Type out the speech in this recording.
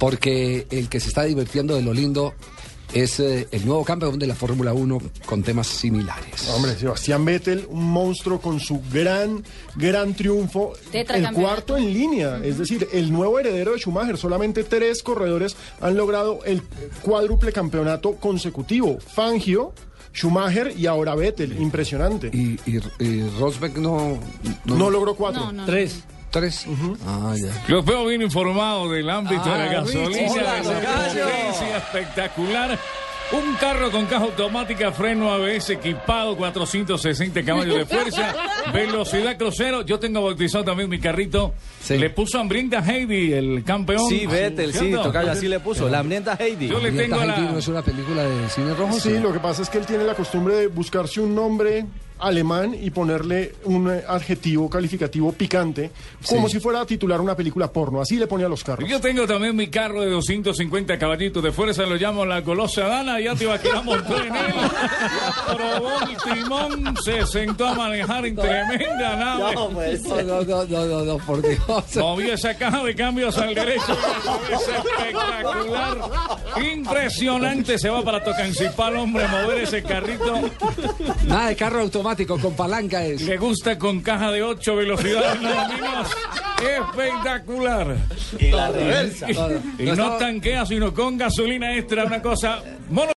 porque el que se está divirtiendo de lo lindo es eh, el nuevo campeón de la Fórmula 1 con temas similares. Hombre, Sebastián Vettel, un monstruo con su gran, gran triunfo. El Tetracampeonato. cuarto en línea, es decir, el nuevo heredero de Schumacher. Solamente tres corredores han logrado el cuádruple campeonato consecutivo. Fangio, Schumacher y ahora Vettel. Impresionante. Y, y, y Rosberg no, no, no logró cuatro. No, no. no. Tres. tres. Ah, ya. Los veo bien informados del ámbito de la Ah, gasolina, Richie, de hola, la los gallos. competencia espectacular. Un carro con caja automática, freno ABS equipado, 460 caballos de fuerza, velocidad crucero. Yo tengo bautizado también mi carrito. Sí. Le puso hambrienta Heidi, el campeón. Sí, Vettel, sí, ¿Cierto? tocayo, así le puso. La hambrienta Heidi. Yo le tengo Orienta Heidi, la... ¿No es una película de cine rojo? Sí, lo que pasa es que él tiene la costumbre de buscarse un nombre alemán y ponerle un eh, adjetivo calificativo picante, como si fuera a titular una película porno. Así le ponía a los carros. Yo tengo también mi carro de 250 caballitos de fuerza, lo llamo la Colosa Dana, ya te iba a quedar montó en él. Probó el timón, se sentó a manejar en tremenda nave. No, pues. No, no, no, no, no, no, por Dios. Movió esa caja de cambios al derecho. Es espectacular. Impresionante. Se va para Tocancipal, hombre, mover ese carrito. Nada de carro automático, con palanca es. Le gusta con caja de 8 velocidades, nada menos. Espectacular. Y la reversa. No, no, Y no no estaba- tanquea, sino con gasolina extra. Una cosa mono.